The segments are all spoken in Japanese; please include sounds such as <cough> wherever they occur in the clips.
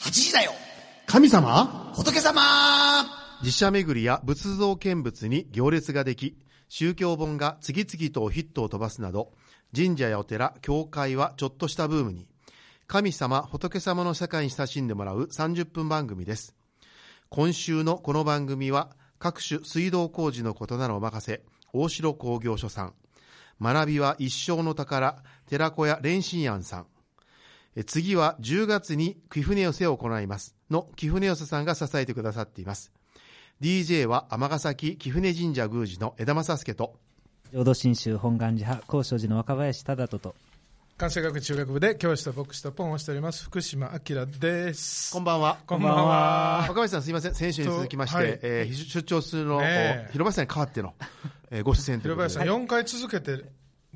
8時だよ神様仏様寺社巡りや仏像見物に行列ができ、宗教本が次々とヒットを飛ばすなど、神社やお寺、教会はちょっとしたブームに、神様、仏様の世界に親しんでもらう30分番組です。今週のこの番組は、各種水道工事のことならお任せ、大城工業所さん。学びは一生の宝、寺子屋蓮心庵さん。え次は10月に貴船寄せを行いますの貴船寄せさんが支えてくださっています DJ は尼崎貴船神社宮司の枝正介と浄土真宗本願寺派高所寺の若林忠人と関西学院中学部で教師と牧師とポンをしております福島明ですこんばんはこんばんは若林さんすいません先週に続きまして、はいえー出張するの、ねえ広林さんに代わっての、えーご出演という広ことで林さん4回続けて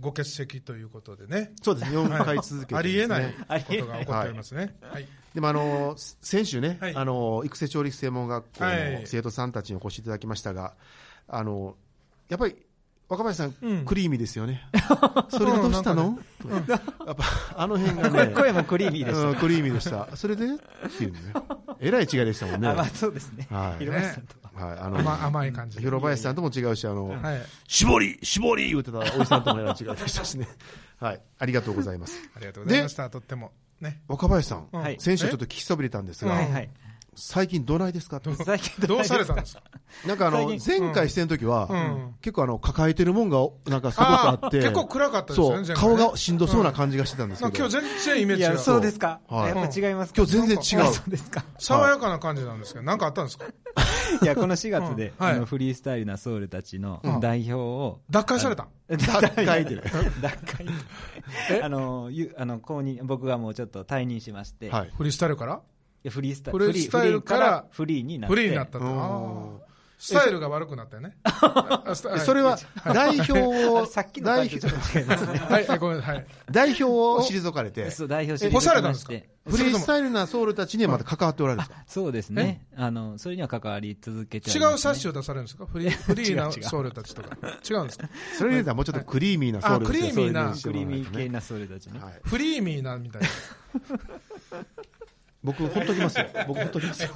ご欠席ということでねそうですね4回続けて、ありえないありこえとないが起こっておりますねはいでもあの先週ね、はいあの育成調理師専門学校はいの生徒さんたちにお越しいただきましたが、あのやっぱり若林さん、うんクリーミーですよ <laughs> ね。それがどうしたの？とかやっぱあの辺が <laughs> ね、声もクリーミーでしたうんクリーミーでした。それでっていうね、えらい違いでしたもんね。あまはあい。そうですね、はい広林さんとはあの甘甘い感じで広林さんとも違うし、あのはい絞り絞り言ってたおじさんともえらい違いでしたしね。はい、ありがとうございます。ありがとうございましたとってもね若林さん、うんはい先週ちょっと聞きそびれたんですが、うんはいはい最近どないですかって。最近どうされたんのですかなんかあの最前回出演の時は、うん結構あの抱えてるもんがなん <laughs> かすごくあって、あー結構暗かったですよねそう、前回ね顔がしんどそうな感じがしてたんですなんけかど、今日全然イメーいジやがそうですか、はいやっぱ違いますか今日全然違あうそうですか爽やかな感じなんですけど何かあったんですかいやこの4月で、うんはいあのフリースタイルなソウルたちの代表を、脱会された脱会で脱会あのゆあの公認僕がもうちょっと退任しまして、はいい、フリースタイルからやフリースタイフルリースタイルからフリーフリーになってフリーになったとうあんースタイルが悪くなったよねあスタえそれ <laughs> は代表あを <laughs> さっきの代感じ表と違いますねはいはいごめんなさいはい代表を退かれて、そう代表して干されたんですかフリースタイルなソウルたちにはまた関わっておられるんですか、そうですねあのそれには関わり続けて違おりまうすね冊子を出されるんですかフリー <laughs> フリーな僧侶たちとか違うんですかそれに入れたらもうちょっとクリーミーなソウルたちあクリーミーなそうクいうリーふうにミしてもらわないー系とねなソウルたちね、はい、フリーミーなみ <laughs> たい僕ほっときますよ <laughs> 僕ほっときますよ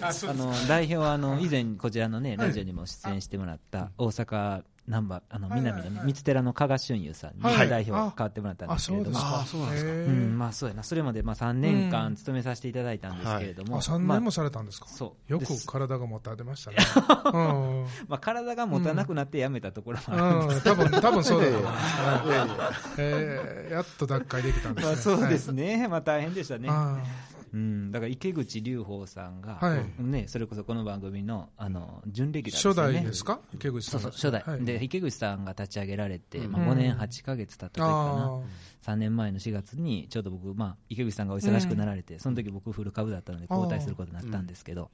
な。あそうあの代表はあの以前こちらのねラジオにも出演してもらった大阪ナンバーあのはいはい南のね三つ寺の加賀俊雄さんにはい代表変あわってもらったんあ、ですけそれうどですもか。あそうなんですかへうーんまあそうやなそれまでまあ3年間勤めさせていただいたんですけれどあ、も3年もされたんですかまあ。そうよでくす体が持たれ <laughs> ましたね。うんまあ体が持たなくなって辞めたところもあるうん。多分、多分そう <laughs> だと思いますいやいやえーやっと脱会できたんですまね。あそうですね、まあ大変でしたね、はい。うん、だから池口隆法さんが、はいね、それこそこの番組のあの準レギあュラ初ーですよね代ですか池口さそうんそが。う初代、はいで池口さんが立ち上げられて、まうあ、ん5年8か月経った時あかな、3年前の4月に、ちょうど僕、まあ、池口さんがお忙しくなられて、その時僕、フル株だったので、あー交代することになったんですけど、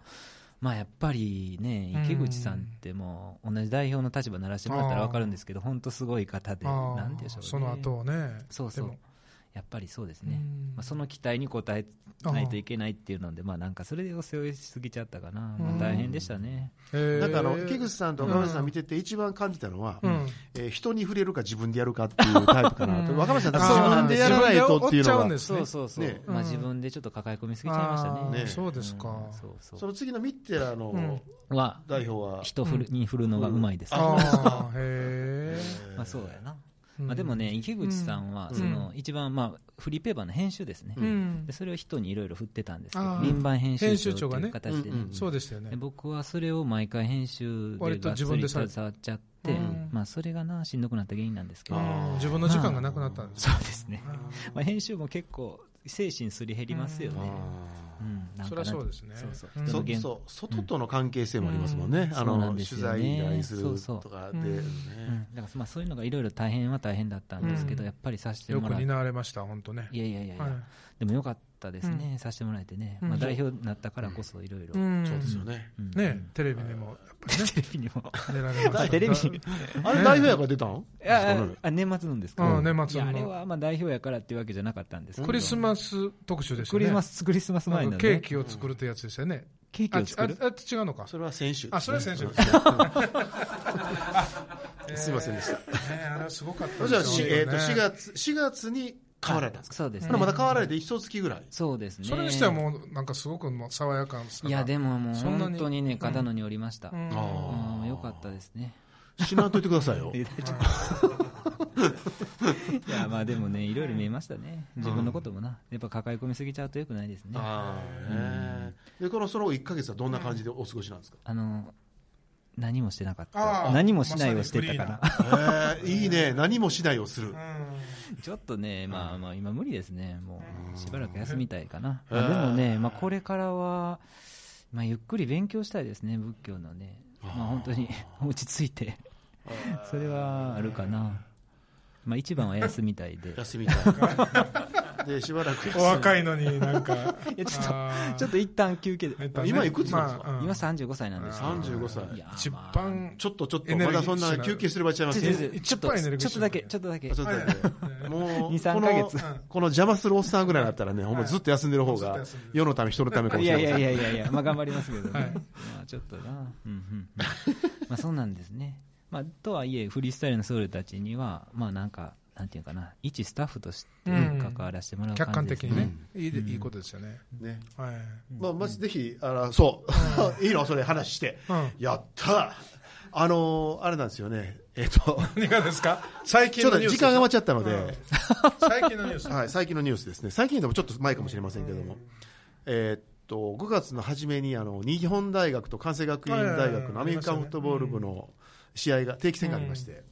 まあ、やっぱりね、池口さんってもう、同じ代表の立場ならしてもらったら分かるんですけど、本当すごい方で、あーなんでしょうね。その後をね。そうそでうも。やっぱりそうですねうん、まあ、その期待に応えないといけないっていうので、まあ、なんかそれを背負いすぎちゃったかな、まあ、大変でしたね、えーなんかあの池口さんと若林さん見てて一番感じたのは、んえー人に触れるか自分でやるかっていうタイプかなと、若林さんあー自分でやらないとっていうの自分で追っちゃうんではすそうそうそう、ねまあ、自分でちょっと抱え込みすぎちゃいましたあねーねそうですか。うんそうそうその次のミッテラの、んは代表は、人振る、に振るのがうまいです、ねああ、へえ。まあ、そうやな、まあ、でもね池口さんはうんその一番、まあ、フリーペーパーの編集ですね、うんでそれを人にいろいろ振ってたんですけあどー輪番編集長編集長とがいねう形でね、うんうんそうでしたよねで。僕はそれを毎回編集で割とがっ自つ分でりされ携てわっちゃって、うんまあ、それがなしんどくなった原因なんですけど、うん自分の時間がなくなったんですよそうですね、まあ、編集も結構精神すり減りますよね、うんなんかなそりゃそうですねそうそううん人その原そう外との関係性もありますもんね、うんあそうなのんで取すよ材ね依頼するそうそうとかで、ねうんだからまあそういうのがいろいろ大変は大変だったんですけど、うんやっぱりさせてよもくらって、担われました、本当ね。いやいやいやいや、はいでもよかったですね、させてもらえてね、まあ、代表になったからこそいろいろ、そうですよね、ね、テレビにもやっぱり <laughs> ね、テレビにも、出られました。 <laughs> テレビに。あれ代表やから出たんいやああ年末のんですか、うん年末のいやあれはまあ代表やからっていうわけじゃなかったんですけどクリスマス特集でしたクよね。リスマスクリスマスな前んの、かね、ケーキを作るってやつでしたよね。ケーキを作るあ、ああ違うのか。それは先週ですね、あ、それは <laughs> 先週ですすみませんでしたね。あれはすごかったじゃあ、ですしよねえー、と4月4月に変わられたんですか、そうですほねなまだ変わられて一月ぐらいそうですねそれにしてはもうなんかすごくもう爽やかなさがいやでももうそんなに本当にね肩のにおりました、うんあうんよかったですね死なんといてください <laughs> よいやまあでもねいろいろ見えましたね自分のこともなやっぱ抱え込みすぎちゃうとよくないですねあああねでこのその1か月はどんな感じでお過ごしなんです <laughs> か、の何もしてなかっあたー何もしないをしてたからまえーいいね何もしないをする、 <laughs> ちょっとねまあまあ今無理ですねもうんうしばらく休みたいかな、うんまあでもねまあこれからはまあゆっくり勉強したいですね仏教のねまあ本当に落ち着いてそれはあるかなまあ一番は休みたいで休みた <laughs> いでしばらく休おみ若いのになんかいやちょっとあーちょっと一旦休憩でえっとね今いくつなんですかまあうん今35歳なんですけど35歳いや一まあ番ちょっとちょっとまだそんな休憩すればちゃいまちすょけどょちょっと一杯寝るちょっとだけぐらいちょっとだけちょっとだけもう二三このヶ月うんこの邪魔するおっさんぐらいだったらね、ほんまずっと休んでる方ずがっと休んでる世のため人のためかもいしれやませいんやいやいやいや、まあ頑張りますけどね、はいまあちょっとな、うんうん、 <laughs> まあそうなんですね、まあ、とはいえ、フリースタイルの僧侶たちには、まあなんか、なんていうかな、一スタッフとしてうん関わらせてもらう客観感じで的すね、にね、いいでいいことですよね、ねはいまあ、まずぜひあらそう <laughs> いいのそれ話して、うんやったあのあれなんですよねえっ <laughs> と <laughs> 何がですか最ち近ょっとのニュース時間が余っちゃったので、うん <laughs> 最近のニュースはい、最近のニュースですね、最近でもちょっと前かもしれませんけども、えーっと5月の初めにあの日本大学と関西学院はい大はいは学いのアメリカンフットボール部の試合が、定期戦がありまして、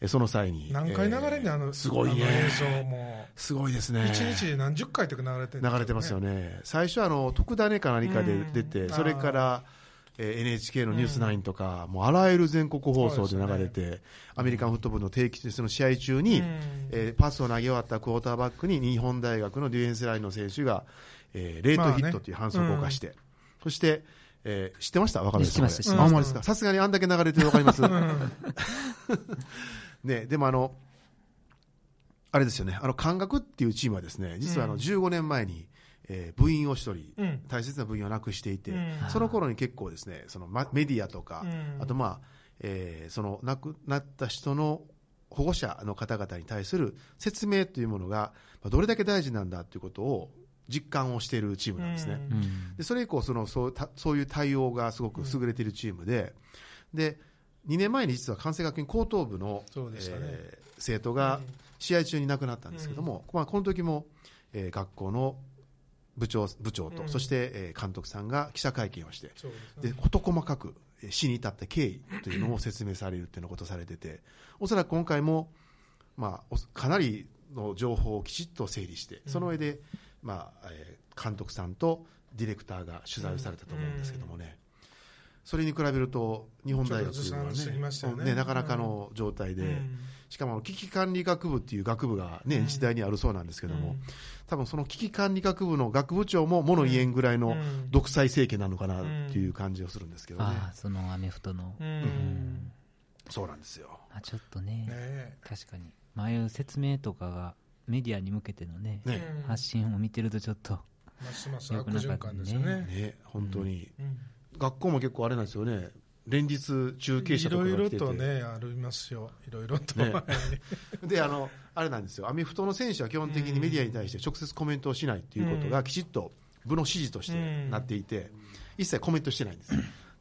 えその際に、何回流れんねんあえのーすごいあの映ね、像もすごいですね、一日何十回とか流れてるんだよね流れてますよね、最初はあの特ダネか何かで出て、うんそれから、えー NHK のニュース9とか、もうあらゆる全国放送で流れて、アメリカンフットボールの定期戦の試合中に、うんえーパスを投げ終わったクォーターバックに日本大学のディフェンスラインの選手が、えーレートヒットという反則を犯して、そして、えー知ってました若林さん。知ってました知ってましたあほんまですか。さすがにあんだけ流れてるの分かります。ね、でもあの、あれですよね、あの、感覚っていうチームはですね、実はあうの、ん15年前に、えー部員を一人、うん大切な部員をなくしていて、うんその頃に結構ですね、そのまメディアとか、うんあとまあ、えーその亡くなった人の保護者の方々に対する説明というものが、まあどれだけ大事なんだということを実感をしているチームなんですね。うんうんでそれ以降そのそうた、そういう対応がすごく優れているチームで、で2年前に実は関西学院高等部の、そうでしたねえー生徒が試合中に亡くなったんですけども、まあ、この時も、えー学校の部長部長と、うんそして、えー監督さんが記者会見をして、そうですねで事細かくえー死に至った経緯というのを説明されるというようなことをされてて、おそらく今回も、まあおそ、かなりの情報をきちっと整理して、その上で、まあえー監督さんとディレクターが取材をされたと思うんですけどもね。それに比べると日本大学ちょっとずはさんしていましたよねねなかなかの状態で、うんしかもあの危機管理学部っていう学部が、ね、日大にあるそうなんですけども、うん多分その危機管理学部の学部長も物言えんぐらいのうん独裁政権なのかなっていう感じをするんですけどね、ああ、そのアメフトの、ううんんそうなんですよ。まあ、ちょっとね、ねえ確かに、まあああいう説明とかがメディアに向けてのね、ねうん発信を見てると、ちょっと、ますます悪循環ですよねね、本当に、うん学校も結構あれなんですよね、連日中継い者とかろいがろ来てて、とね、ありますよ、いろいろと、ねであのあれなんですよ、アメフトの選手は基本的にメディアに対して直接コメントをしないということうが、きちっと部の指示としてなっていて、一切コメントしてないんです、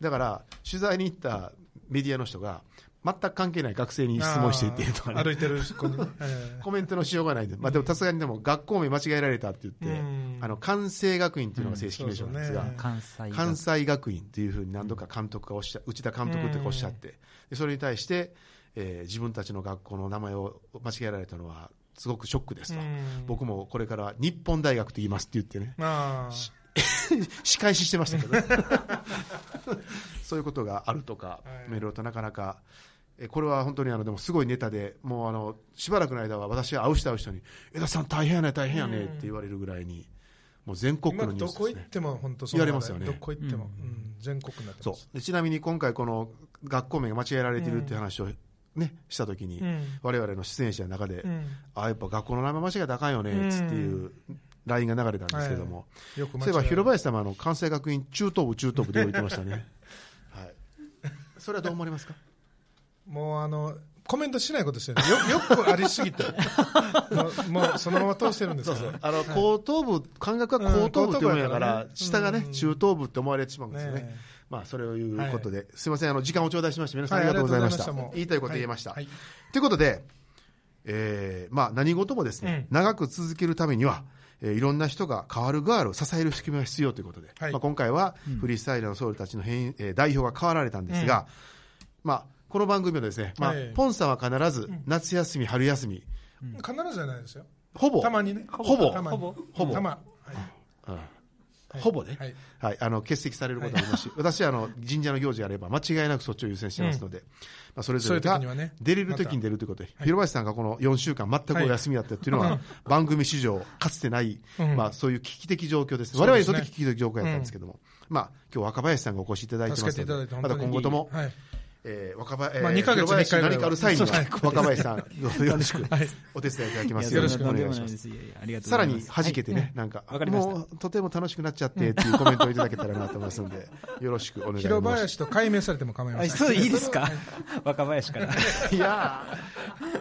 だから取材に行ったメディアの人が、全く関係ない学生に質問していってとかあー歩ね、いてる子にね、 <laughs> えコメントのしようがないんで、まあ、でもさすがにでも学校名間違えられたって言って、うんあの関西学院というのが正式名称なんですが。うんそうそうね関西が関西学院というふうに何度か監督がおっしゃ内田監督とかおっしゃって、でそれに対して、えー自分たちの学校の名前を間違えられたのはすごくショックですと、うん僕もこれから日本大学と言いますって言ってねえまあ、仕返ししてましたけど、 <laughs> そういうことがあるとかはいい、ろいろとなかなか。えこれは本当にあのでもすごいネタで、もうあのしばらくの間は私は会う人会う人に、江田さん、大変やね、大変やねって言われるぐらいに、もう全国今区のニュどースでこす行っね。ても、本当そうなんだ言われますよねどこ行っても、うん全国になってそます。うでちなみに今回、この学校名が間違えられているっていう話を、ね、したときに、うん我々の出演者の中で、うんああ、やっぱ学校の名前間違えたらあかんよねっつっていうラインが流れたんですけども、よくそ間ういえば広林様あの、関西学院中等部、中等部 <laughs> で言ってましたね、はい、それはどう思われますかもうあのコメントしないことしてるよ <laughs> よくありすぎてもうもうそのまま通してるんでそうすけそうど、あの後頭部、感覚は後頭部って思うんやから、うん後頭部やか下がらねね、うん中頭部って思われてしまうんですよね、ねまあ、それをいうことで、すみませんあの、時間を頂戴しまして、皆さんありがとうございました。もう言いたいこと言えました。はいはいということで、えーまあ、何事もですね、う長く続けるためには、えーいろんな人が変わる変わる支える仕組みが必要ということで、はいまあ、今回はフリースタイルの僧侶たちの変、えー代表が変わられたんですが、まあ、この番組はですね、まあええポンさんは必ず夏休み、春休み、必ずじゃないですよほぼたまにねほぼたまほにぼほぼたまはいうんはいほぼね、ははいいあの欠席されることもありますし、 <laughs> 私はあの神社の行事やれば間違いなくそっちを優先してますので、まあ、それぞれそうがいう時にはね出れる時に出るということで、広林さんがこの4週間、全くお休みだったというのは、番組史上かつてない、うんまあ、そういう危機的状況です、そう我々でにすとねって危機的状況だったんですけども、まあ今日若林さんがお越しいただいて助まけてすいただのいてで、本ま当たに今後とも、えー若林、えーまあ二ヶ月に一回ぐらい何はかある際にはそうで、若林さん、どうぞよろしくお手伝いいただきますよろしくお願いします。す。いやいやありがとうごさざらいまにす弾けてね、なんか、わかりましたもうとても楽しくなっちゃってっていうコメントをいただけたらなと思いますので、よろしくお願いし広ます。林と解明されても構いまはい、せんそういいですか <laughs> 若林から。いや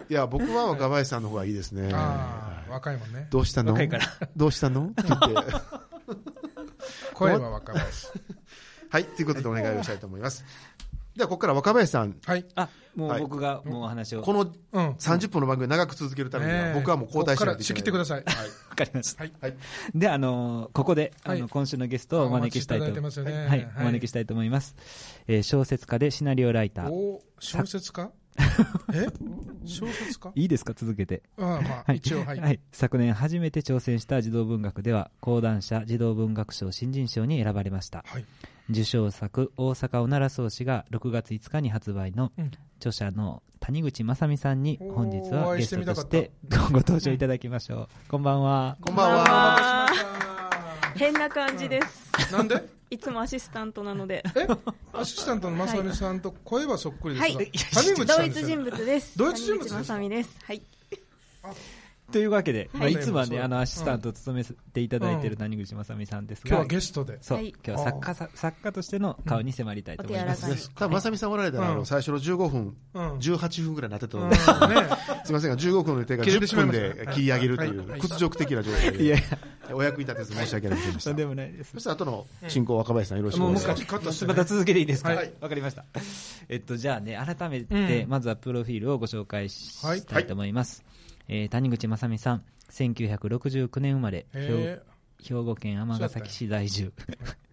ー、いや、僕は若林さんの方がいいですね。ああ若いもんねどうしたの若いからどうしたのって言って。声は若林はい、ということでお願いをしたいと思います。では、ここから若林さん、はいあ、もはうい僕がもうお話を。このうん30分の番組を長く続けるためにねは、え僕はもう交代しないといけない。ここから仕切ってくださいわかりました。はいはい。で、あの、ここで、あはの、い今週のゲストをお招きしたいと。お待ちいただいてますよねはいはい、お招きしたいと思います。えー小説家でシナリオライター。お小説家え小説 <laughs> 家いいですか続けて。ああまあ一応は <laughs> いはい、昨年初めて挑戦した児童文学では講談社児童文学賞新人賞に選ばれましたはい受賞作「大阪おなら草子」が6月5日に発売のうん著者の谷口正美さんに本日おーおは会いゲしてスみトたとかっしたてご <laughs> 登場いただきましょう、こんばんはこんばんは。変な感じです、なんでいつもアシスタントなのでえアシスタントの正美さんと声はそっくりですが、はい谷口さ同んです一よ人ね物です同一人物です谷口まさみですはいというわけで、まあ、はいいつもはそうねあのアシスタントを務めていただいている谷口正美さんです今日が、はゲストでそうはい今日は作家さ作家としての顔に迫りたいと思いまおす、手柔らかに多分まさみさんおられたら、あうのん最初の15分、うん18分ぐらいになってたと思いねます。すみませんが、15分の予定が切れて10しまい分ましたで切り上げるといはうい屈辱的な状態いやでい、お役に立てず申し訳ありませんでしとんた。でもないですそして後の進行、若林さんよろしくおもう願いもうし一まカす。ットしてねまた続けていいですか、ははいい、わかりました。えっと、じゃあね、改めうて、んまずはプロフィールをご紹介しはいしたいと思います。えー谷口正美さん、1969年生まれ、へ兵兵庫県尼崎市在住。 <laughs>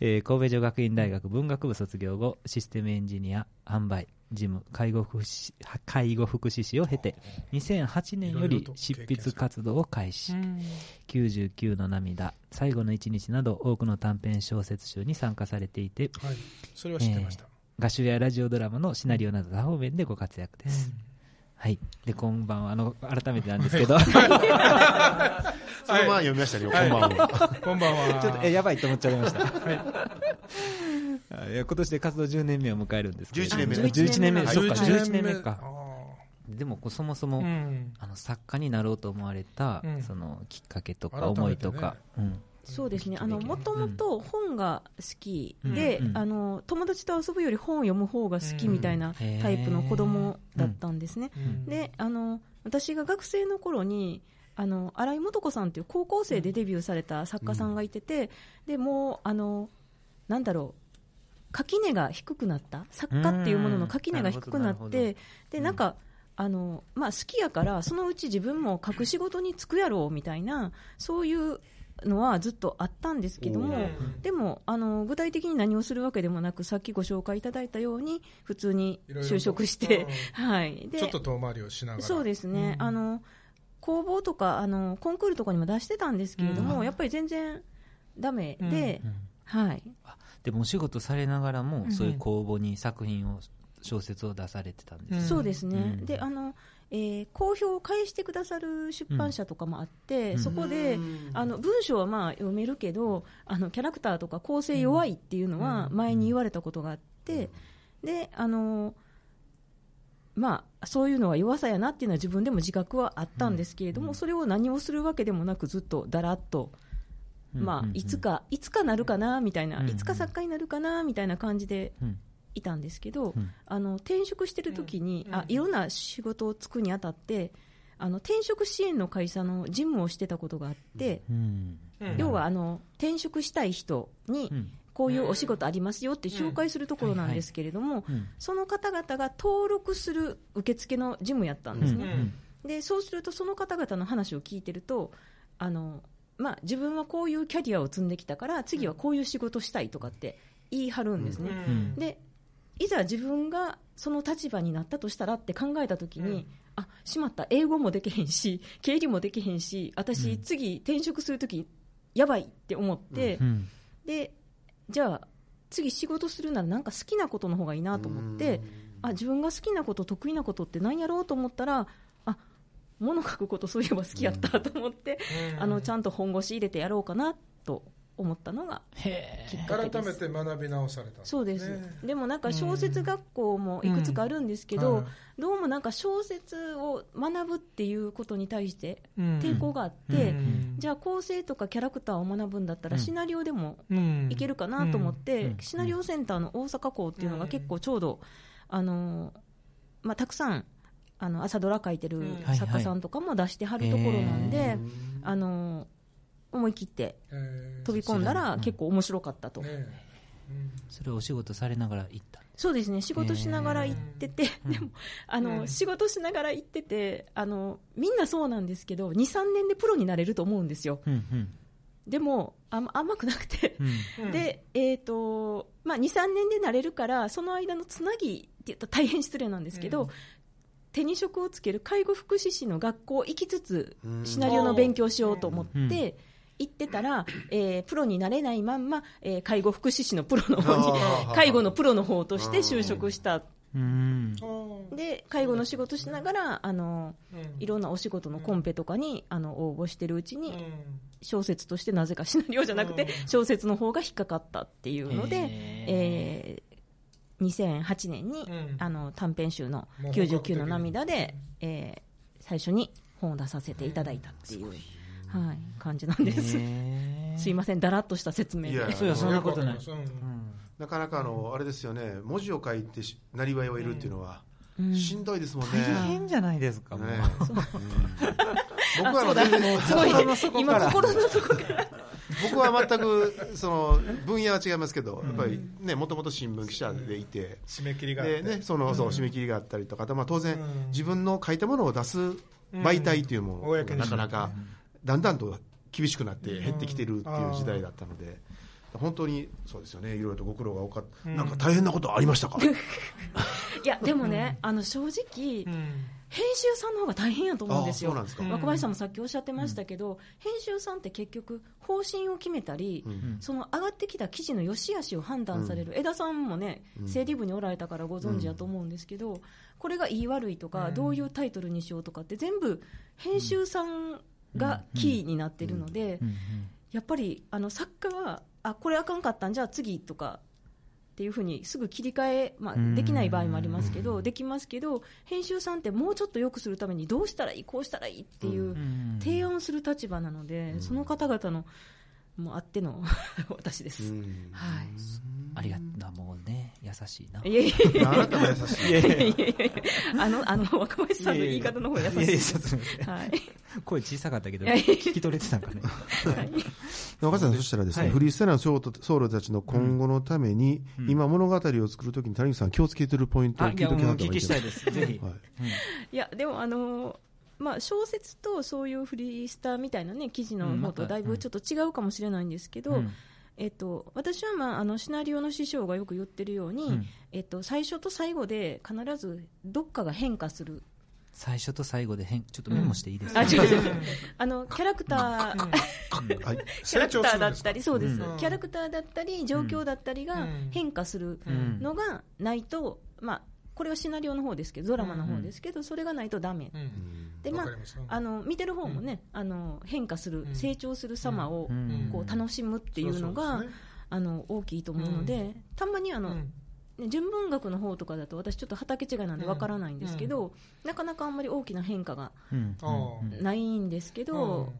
えー神戸女学院大学文学部卒業後、システムエンジニア、販売、事務、介護福祉介護福祉士を経て、2008年よいろいろりと経験す執る筆活動を開始えう。ん99の涙、最後の一日など多くの短編小説集に参加されていて、はいそれは知ってました、画集やラジオドラマのシナリオなど多方面でご活躍です。はい。で、こんばんは。あの、改めてなんです <laughs> けど、ちょそのまま読みましたね、こんばんは。こんばんはっと、え、やばいと思っちゃいました。はい。いや今年で活動10年目を迎えるんですけど11年目あ11年目あそっか11年目あかでもこうそもそも、ーうんあの作家になろうと思われた、うんそのきっかけとか改めてね思いとか、うんそうですねうんあのもともと本が好きで、うんあの友達と遊ぶより本を読む方が好きみたいなタイプの子供だったんですね、うんであの私が学生の頃にあの新井素子さんという高校生でデビューされた作家さんがいてて、でもうあのなんだろう垣根が低くなった作家っていうものの垣根が低くなうっんなるほどなるてでなんか、あのまあ、好きやからそのうち自分も隠し事に就くやろうみたいなそういうのはずっとあったんですけどおもーでもあの具体的に何をするわけでもなくさっきご紹介いただいたように普通に就職しいろいろてとはいでちょっと遠回りをしながらそうですね、うんあの工房とかあのコンクールとかにも出してたんですけれども、うんやっぱり全然ダメで、うんはい、でもお仕事されながらも、んそういう公募に作品を小説を出されてたんです、うんそうですね、うんであの、えー好評を返してくださる出版社とかもあって、うんそこで、あの文章はまあ読めるけどあのキャラクターとか構成弱いっていうのはう前に言われたことがあって、であのまあ、そういうのは弱さやなっていうのは自分でも自覚はあったんですけれども、それを何をするわけでもなくずっとだらっとうんまあうん、うんいつか、いつかなるかなみたいな、うんいつか作家になるかなみたいな感じでうんいたんですけど、うんあの転職してる時に、うんあいろんな仕事をつくにあたってあの転職支援の会社の事務をしてたことがあって、うんうん要はあの転職したい人にうんこういうお仕事ありますよって紹介するところなんですけれども、うんその方々が登録する受付の事務やったんですね、うんでそうするとその方々の話を聞いてるとあの、まあ、自分はこういうキャリアを積んできたから次はこういう仕事したいとかって言い張るんですね、うんでいざ自分がその立場になったとしたらって考えたときに、うんあしまった、英語もできへんし、経理もできへんし、私、うん次、転職するとき、やばいって思って、うんでじゃあ、次、仕事するなら、なんか好きなことの方がいいなと思って、あ自分が好きなこと、得意なことって何やろうと思ったら、あ物書くこと、そういえば好きやったと思って、あのちゃんと本腰入れてやろうかなと思ったのがへきっかけ改でめす。て学び直されたんそうです、ねでもなんか小説学校もいくつかあるんですけど、どうもなんか小説を学ぶっていうことに対して抵抗があって、うんじゃあ構成とかキャラクターを学ぶんだったらうんシナリオでもいけるかなと思って、うんシナリオセンターの大阪校っていうのが結構ちょうど、あのまあ、たくさんあの朝ドラ書いてる作家さんとかも出してはるところなんで、はいはあの思い切って飛びび込んそだちららに結構面白かったと。それをお仕事されながら行ったそうですね仕事しながら行ってて、でもあの、うん仕事しながら行っててあのみんなそうなんですけど23年でプロになれると思うんですようんうんでもあん甘くなくて、うんで、えーとまあ、23年でなれるからその間のつなぎって言ったら大変失礼なんですけど、うん手に職をつける介護福祉士の学校行きつつうんシナリオの勉強しようと思っうんて行ってたら、えープロになれないまんま、えー介護福祉士のプロの方にあー介護のプロの方として就職したうんで介護の仕事しながらあのいろんなお仕事のコンペとかにあの応募してるうちに小説としてなぜかシナリオじゃなくてうん小説の方が引っかかったっていうので、へえー2008年にうんあの短編集の「もう本格的99にの涙で」えー最初に本を出させていただいたっていう、はい、感じなんーです。へーすいません、だらっとした説明いやで。そうやそんなことないうんなかなかあのあれですよね文字を書いてしなりわいを得るっていうのは、うんしんどいですもんね大変じゃないですかもうねうん僕はあのあそうだ全然すごい心の底か今ら心の底から僕は全くその分野は違いますけど、やっぱりねもともと新聞記者でいて、締め切りがあっでてねそのそう締め切りがあったりとか、あとまあ当然うん自分の書いたものを出す媒体というものうんが公になかなかだんだんと厳しくなって減ってきてるってういんう時代だったので。本当にそうですよね、いろいろとご苦労が多かった、うんなんか大変なことありましたか、いやでもね、あの正直、うん編集さんの方が大変やと思うんですよ、あそうなんですか若林さんもさっきおっしゃってましたけど、編集さんって結局、方針を決めたり、うんその上がってきた記事の良し悪しを判断される、江田さんもね、うん整理部におられたからご存知やと思うんですけど、これがいい悪いとか、うんどういうタイトルにしようとかって、全部編集さんがキーになってるので。うんうんやっぱりあの作家はあこれあかんかったんじゃあ次とかっていうふうにすぐ切り替え、うまあ、んできない場合もありますけどできますけど編集さんってもうちょっと良くするためにどうしたらいいこうしたらいいっていううん提案する立場なのでうんその方々のもうあっての <laughs> 私です。うんはいありがとうなもうね優しいないやいやいあなたも優しい。やいやいやあのあの若林さんの言い方の方が優しいやでやすちょ。っと待ってはい、 <laughs> 声小さかったけどいやいや聞き取れてたんかね中さん、そしたらですね、はいフリースタイルの僧侶僧侶たちの今後のために、うん今物語を作るときに谷口さん気をつけてるポイントをあ聞いておいやきもうなおきゃい聞けきしたないいですぜひはいいやでもあのーまあ、小説とそういうフリースターみたいな、ね、記事の方とだいぶちょっと違うかもしれないんですけど、うんえっと、私は、まあ、あのシナリオの師匠がよく言ってるように、うんえっと、最初と最後で必ずどっかが変化する最初と最後で変ちょっとメモしていいですあか違う違う <laughs> あのキャラクターはいキャラクターだったりりそうです、うんキャラクターだったり状況だったりうがん変化するうんのがないと、まあ、これはシナリオの方ですけどドラマの方ですけど、それがないとダメ、でまああの見てる方もね、あの変化する、うん成長する様をうんこう楽しむっていうのが、あの大きいと思うので、うたまにあの、ね、純文学の方とかだと私ちょっと畑違いなんでわからないんですけど、なかなかあんまり大きな変化がうんうんないんですけど、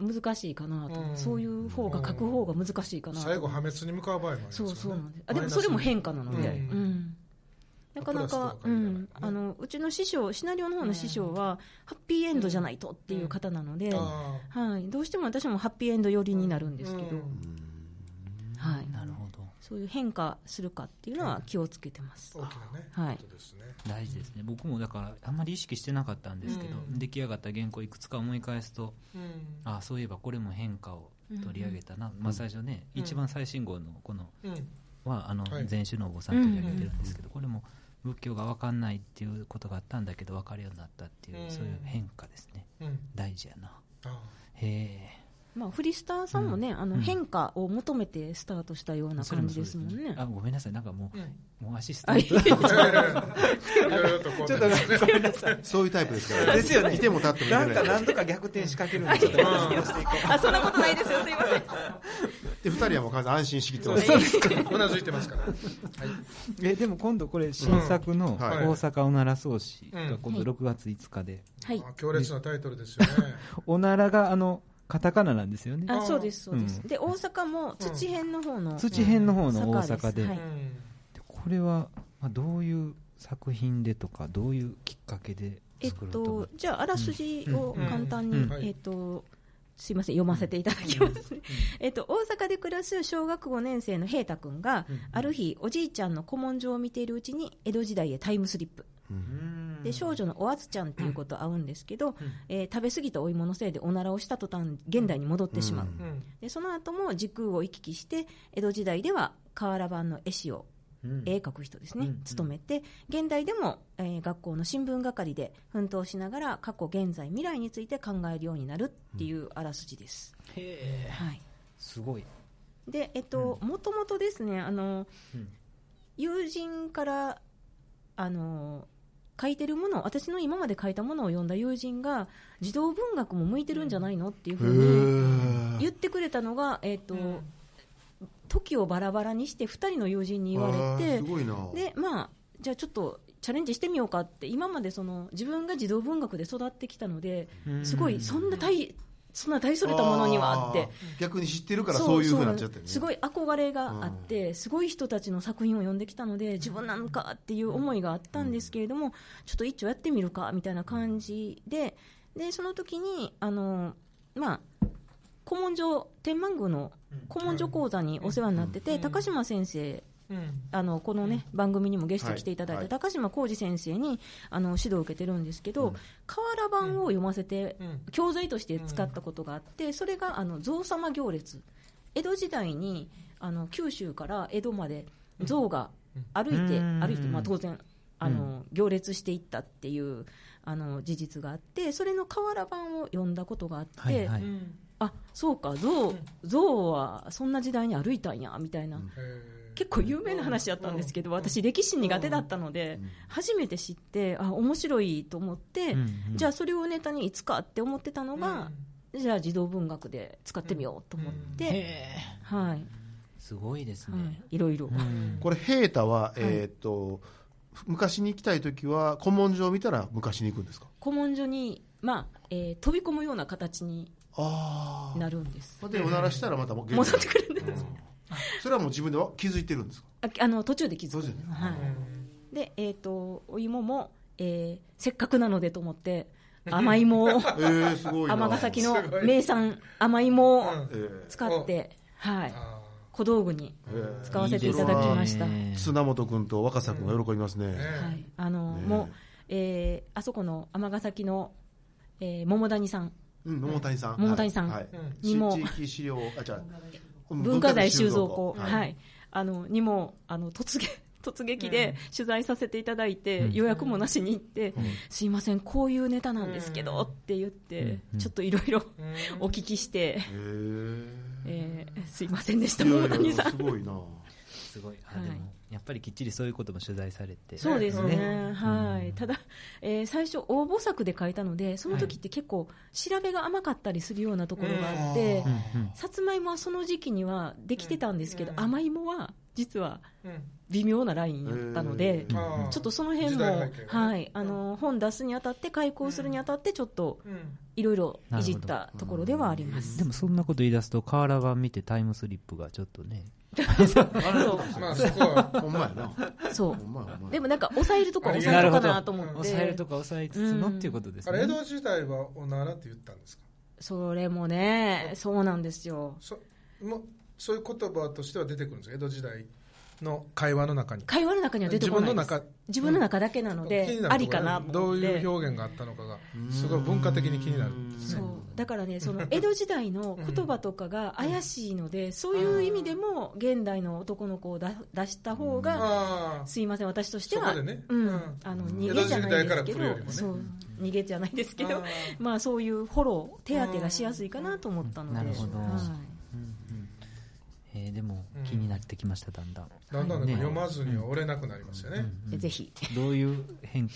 難しいかなと、うんそういう方が書く方が難しいかなと、最後破滅に向かう場合もありますそうそうなんですあでもそれも変化なので、ううんんなかなプか、うラスとは限らないん、あのうちの師匠シナリオの方の師匠は、ハッピーエンドじゃないとっていう方なので、あはい、どうしても私もハッピーエンド寄りになるんーですけど、うんはい、なるほどそういう変化するかっていうのは気をつけてます。大きなね、はいことですね。大事ですね僕もだからあんまり意識してなかったんですけど、うん出来上がった原稿いくつか思い返すとうんあそういえばこれも変化を取り上げたな、まあ、最初ね、うん一番最新号のこのうんはあのはい禅宗のお坊さん取り上げてるんですけど、これも仏教が分かんないっていうことがあったんだけど分かるようになったっていう、うんそういう変化ですねうん大事やなあへまあ、フリスターさんもね、あのうん変化を求めてスタートしたようえな感じですもんね。あごめんなさいなんかもーうんうもうアシスタあいンいトいろいろとこうちょっとねごめんなさい。そういうタイプですから。ですよねいても立ってもいならんれかなないん。とか逆転仕掛けるんで、ちょっと活用していこ <laughs> あそんなことないですよ、すいません。で、二人はもう完全に安心しきってそまうす。ですか。うなずいてますから。はい。う。え、でも、もう今度これ新作の「はい大阪おなら奏師」うがん今度6月5日ではい。あ強烈なタイトルですよね。おならがあのカタカナなんですよねあ、そうです、そうです。うんで、大阪も土編の方の。土編の方の大坂阪でですはういんこれはまあどういう作品でとかどういうきっかけでえっ作ろうと思と、じゃあ、あらすじを簡単に、うんうんうんえっと、すいません、読ませていただきますね。 <laughs> えっと、大阪で暮らす小学5年生の平太くんが、ある日、おじいちゃんの古文書を見ているうちに、江戸時代へタイムスリップ。うんで少女のおあつちゃんっていう子と会うんですけど、えー食べ過ぎたお芋のせいでおならをした途端現代に戻ってしまう、うんうんでその後も時空を行き来して江戸時代では瓦版の絵師を、うん絵描く人ですね、うん務めて現代でも、えー学校の新聞係で奮闘しながら過去現在未来について考えるようになるっていうあらすじです、へえはい、すごいでえっともともとですねあの、うん友人からあの書いてるものを私の今まで書いたものを読んだ友人が児童文学も向いてるんじゃないのっていうふうにへ言ってくれたのが、えっとうん時をバラバラにして2人の友人にー言わあれーてすごいな。でまあじゃあちょっとチャレンジしてみようかって今までその自分が児童文学で育ってきたのですごいそんな大そんな大それたものにはってあー。逆に知ってるからそういうふうになっちゃってね。すごい憧れがあって、すごい人たちの作品を読んできたので自分なのかっていう思いがあったんですけれども、ちょっと一応やってみるかみたいな感じででその時にあの、まあ、古文書天満宮の古文書講座にお世話になってて、うん高島先生うんあのこのね、番組にもゲスト来ていただいはたい高島浩二先生にあの指導を受けてるんですけど、瓦版を読ませてうん教材として使ったことがあって、それがあの象様行列江戸時代にあの九州から江戸まで象が歩いて、うん歩いて、まあ、当然あの、行列していったっていうあの事実があってそれの瓦版を読んだことがあって、はいはういんあそうか象象はそんな時代に歩いたんやみたいな。うんえー結構有名な話だったんですけど、うん私、歴史苦手だったので、初めて知って、あ面白いと思って、じゃあそれをネタにいつかって思ってたのが、じゃあ児童文学で使ってみようと思って、へえはいはすごいですねい、いろいうろ、んこれ、平太は、えーっと、昔に行きたいときは、古文書を見たら昔に行くんですか古文書に、まあえー飛び込むような形にああ。なるんです。で、おならしたらまたもう現戻在ってくるんです、うんそれはもう自分では気づいてるん <laughs> ですかああの途中で気づくんです途中ではいうんでえー、とお芋も、えーせっかくなのでと思って甘いもをえー、すごいな。尼崎のすごい名産甘いもをうんえー使って、はい、あ小道具にえー使わせていただきました。いいですね砂本君と若狭君が喜びますね。ーねはい、あの、ねえもう、えーあそこの尼崎の、えー桃谷さん、うん、桃谷さん。桃谷さんはい。はいにも地域資料、あ、じゃあ文化財収蔵庫、ははいい、あの、にも、あの、突撃、 <laughs> 突撃で取材させていただいて、うん予約もなしに行って、すいません、こういうネタなんですけど、うんって言って、うんちょっといろいうろんお聞きしへて、ーえーすいませんでした、いやい桃や谷さんす。ごいな。すごいあはいでもやっぱりきっちりそういうことも取材されてそうですね、うんはい、うんただ、えー最初、応募作で書いたので、その時って結構、調べが甘かったりするようなところがあって、うんうんさつまいもはその時期にはできてたんですけど、うん甘いもは実はうん微妙なラインやったので、へーあーちょっとその辺時も、代背景がねはい、あの本出すにあたって、開講するにあたって、ちょっとうんいろいろいじったところではあります。でもそんなこと言い出すと河原版見てタイムスリップがちょっとねそうまあそこはほんまやな。そほんまやほんうまでや。もなんか抑えるとこは抑えなるるとほかどなと思って抑えるとか抑えつつのっていうことですあねれ江戸時代はおならって言ったんですかそれもねそうなんですよそもうそういう言葉としては出てくるんですか江戸時代の会話の中に会話の中には出てこないです自分の中自分の中だけなので、気になるありかなとど思うっていう表現があったのかがすごい文化的に気になるんですそねうだから <laughs> ねその江戸時代の言葉とかが怪しいので、そういう意味でも現代の男の子をだ出した方が、ああすいません私としては、そこでねうんうんあの逃げじゃ江戸時ないですけ代から来ど、るよりもねそう逃げじゃないですけど、あまあそういうフォロー手当てがしやすいかなと思ったので、うんなるほどはいえーでも気になってきましただんだん、だんだんなんかね読まずには折れなくなりましたよねでぜひどういう変化、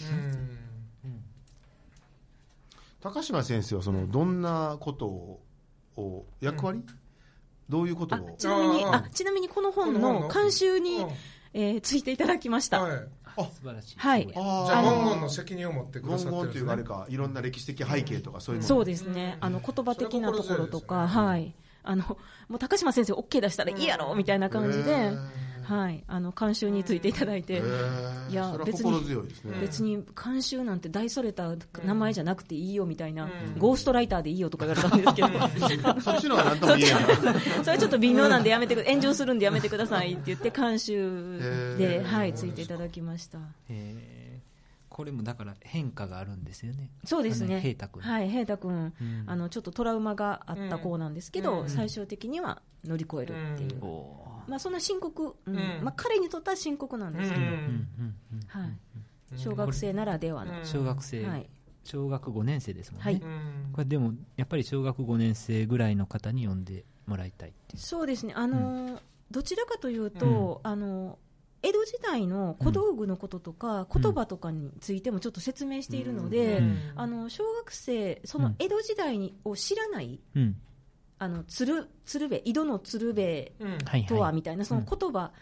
高島先生は、その、どんなことを、を役割、どういうことあをちなみにああーちなみにこのこ本のの本の監修うんに、えーついていただきました、はい素晴らしいはいすごあじゃああの文言の責任を持ってくだ文さって言るんといですうかあれねかいろんな歴史的背景とかそういうものそうですね、あの言葉的なところとか、それははい、あのもう高島先生、OK 出したらいいやろみたいな感じで、へはい、あの監修についていただいえて、へえいやそれは別に心強いですね別に監修なんて大それた名前じゃなくていいよみたいな、うんゴーストライターでいいよとか言われたんですけど、そっちの方が何とも言えない <laughs> それちょっと微妙なんでやめてく、炎上するんでやめてくださいって言って、監修へーで、はい、ついていただきました。えーこれもだから変化があるんですよねそうですあねの平太君はい、平太君、うんあのちょっとトラウマがあった子なんですけど、うん最終的には乗り越えるっていおう。おまあ、そんな深刻、うんうんまあ、彼にとっては深刻なんですけど、うんー、うんうんうんはい、小学生ならではの、うん小学生、はい小学5年生ですもんね、はいうんこれでもやっぱり小学5年生ぐらいの方に読んでもらいたいっていうそうですね、あのーどちらかというと、あの江戸時代の小道具のこととか、うん言葉とかについてもちょっと説明しているので、うんあの小学生、その江戸時代にを知らない、うんあの鶴鶴瓶井戸の鶴瓶うんはいとははいみたいな、その言葉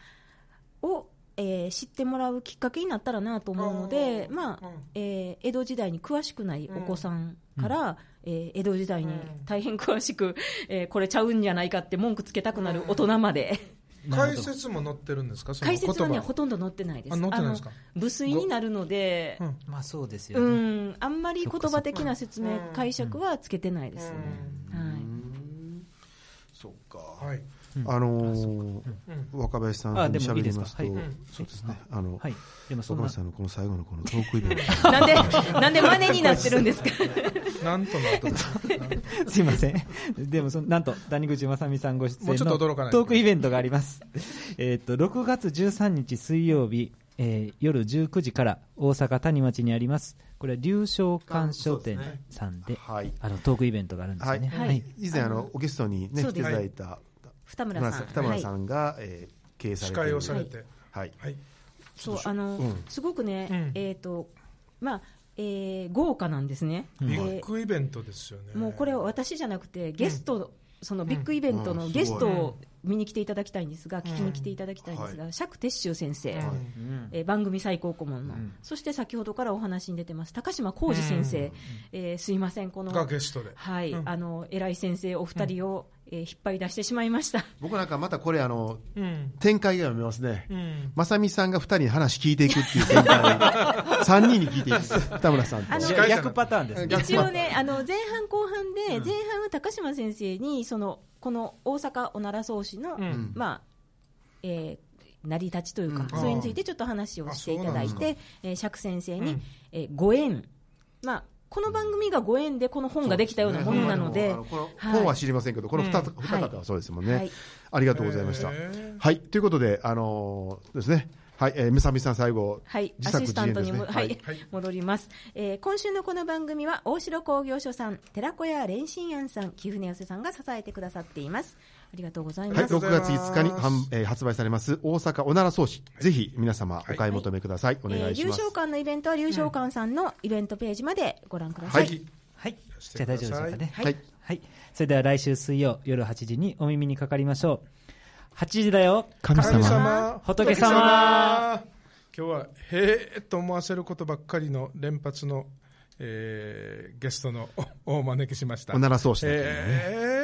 を、えー知ってもらうきっかけになったらなと思うので、うんまあ、えー江戸時代に詳しくないお子さんから、えー江戸時代に大変詳しく、えーこれちゃうんじゃないかって文句つけたくなる大人まで、なる解ほど説も載ってるんですかその <laughs> 解言葉説はね、ほとんど載ってないです。あ載ってないですかあの無粋になるので、うんまあそうですようね、ん、あんまり言葉的な説明うん、解釈はつけてないですね。はういんそっか、はいあのーうん若林さんあにでもい喋いりですかますとはいそうですねあの、はいでもそ若んな林さんのこの最後のこのトークイベントなんで、なんで真似になってるんですかなんとなく <laughs> すいま <laughs> せん。でもその、なんと、谷口正美さんご出演ものうちょっと驚かないでトークイベントがあります。えーっと、6月13日水曜日、えー夜19時から大阪谷町にあります。これは流昇館書店さんで、はいあの、トークイベントがあるんですよね。はい以前あのおゲストにねそ来うてでいすただいた二田村村ささんん。田村はさいんが、えー経営さ司れてい会るをされてはいはいそうあの、うんすごくね、うんえっ、とまあ、えー豪華なんですね。ビでッグイベントですよねもうこれは私じゃなくてゲスト、そのビッグイベントうのんゲストを見に来ていただきたいんですが、聞きに来ていただきたいんですが、釈徹宗先生、うんえー番組最高顧問の、そして先ほどからお話に出てます高島浩二先生、えーすいませんこのがゲストではい、あの偉い先生お二人を、えー引っ張り出してしまいました。僕なんかまたこれあのうん展開が読めますねうんまさみさんが二人に話聞いていくっていう展開を三人に聞いていくんです田村さんとあの逆逆パターンですね。一応ね、あの前半後半で、前半は高島先生にそのこの大阪おなら総司の、んまあ、えー成り立ちというか、うんそれについてちょっと話をしていただあいそうなて、えー釈先生に、うんえーご縁、まあこの番組がご縁でこの本ができたようなものなので、あこのはい本は知りませんけど、この二つう二方はそうですもんね、はいありがとうございました。はい、ということで、あのーですね、はい、えー、むさみさん最後、はい、ア自作シ自スタン演トですにね。も、はいはい戻ります、えー今週のこの番組は大城工業所さん寺子屋蓮心庵さん貴船寄せさんが支えてくださっていますありがとうございます、はい、6がとうご月ざいます5日に販、えー発売されます大阪おなら創始、ぜひ皆様お買い求めください。お願いし流ます。昇館のイベントは流昇館さんのイベントページまでご覧くださ、はいい、はい。じゃあ大丈夫でしょうかね。はい、はい。それでは来週水曜夜8時にお耳にかかりましょう。8時だよ。神様神様仏様今日は「へえ」と思わせることばっかりの連発の、えーゲストのおお招きしましたおなら創始だったんだねへえ